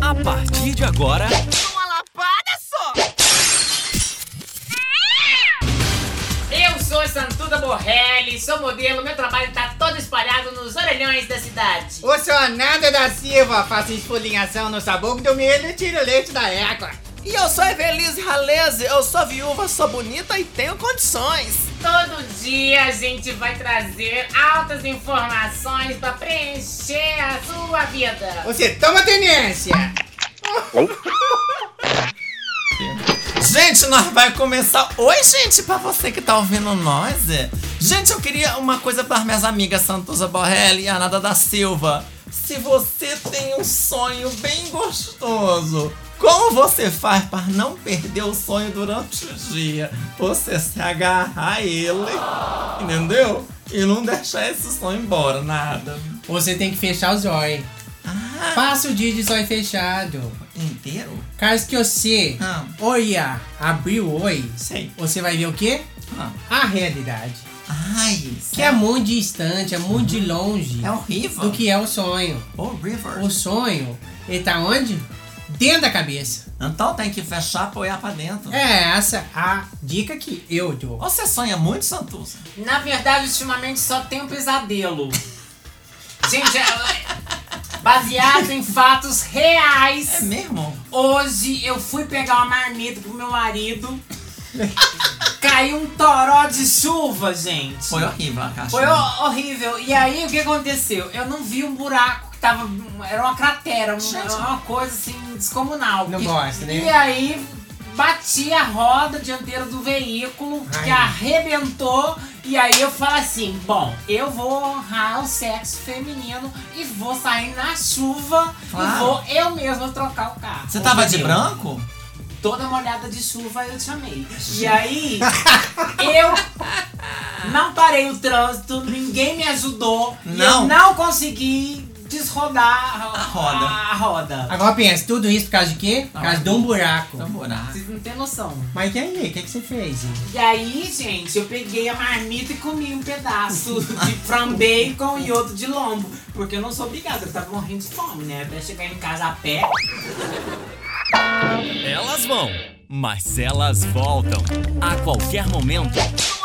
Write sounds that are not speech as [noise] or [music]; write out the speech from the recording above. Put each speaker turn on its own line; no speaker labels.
A partir de agora,
Uma lapada só!
Eu sou Santuda Borrelli, sou modelo, meu trabalho tá todo espalhado nos orelhões da cidade.
O seu Nanda da Silva faz esfolinhação no sabor do milho e tira o leite da égua.
E eu sou Evelise Raleze, eu sou viúva, sou bonita e tenho condições.
Todo dia a gente vai trazer altas informações pra preencher a sua vida.
Você toma tenência!
Gente, nós vai começar. Oi, gente, pra você que tá ouvindo nós. é. Gente, eu queria uma coisa para minhas amigas Santuza Borrelli e Anada da Silva. Se você tem um sonho bem gostoso, como você faz para não perder o sonho durante o dia? Você se agarrar a ele, entendeu? E não deixar esse sonho embora, nada.
Você tem que fechar os olhos.
Ah,
Passa o dia de olho fechado.
inteiro?
Caso que você
Ah.
olhar, abrir o olho,
Sei.
você vai ver o quê?
Ah.
A realidade.
Ai,
Que é muito distante, é muito de
um
longe
É horrível.
do que é o sonho.
Oh, River.
O sonho, ele tá onde? Dentro da cabeça.
Então tem que fechar, apoiar pra dentro.
É essa a dica que eu dou.
Você sonha muito, Santuza?
Na verdade, ultimamente só tem um pesadelo. Gente, é- baseado em fatos
É
reais,
mesmo?
hoje eu fui pegar uma marmita pro meu marido. Caiu um toró de chuva, gente.
Foi horrível a caixa.
Foi ho- horrível. E aí, o que aconteceu? Eu não vi um buraco que tava. Era uma cratera, um-
Gente.
uma coisa assim, descomunal.
Não
e,
gosta,
E
né?
aí, bati a roda dianteira do veículo,
Ai.
que arrebentou. E aí, eu falo assim: bom, eu vou honrar o sexo feminino e vou sair na chuva
Claro.
e vou eu mesma trocar o carro.
Você tava de
Entendeu?
branco?
toda molhada de chuva eu te amei. E aí, eu não parei o trânsito, ninguém me ajudou. e
Não.
eu não consegui desrodar a,
A roda.
A, roda.
Agora pensa, tudo isso por causa de quê? Por causa de um buraco.
Então, buraco.
Vocês não têm noção.
Mas e aí, o que, que você fez? hein?
E aí, gente, eu peguei a marmita e comi
[laughs]
um pedaço de fran bacon e outro de lombo. Porque eu não sou obrigada, eu tava morrendo de fome, né? Até chegar em casa a pé.
elas vão, mas elas voltam. A qualquer momento,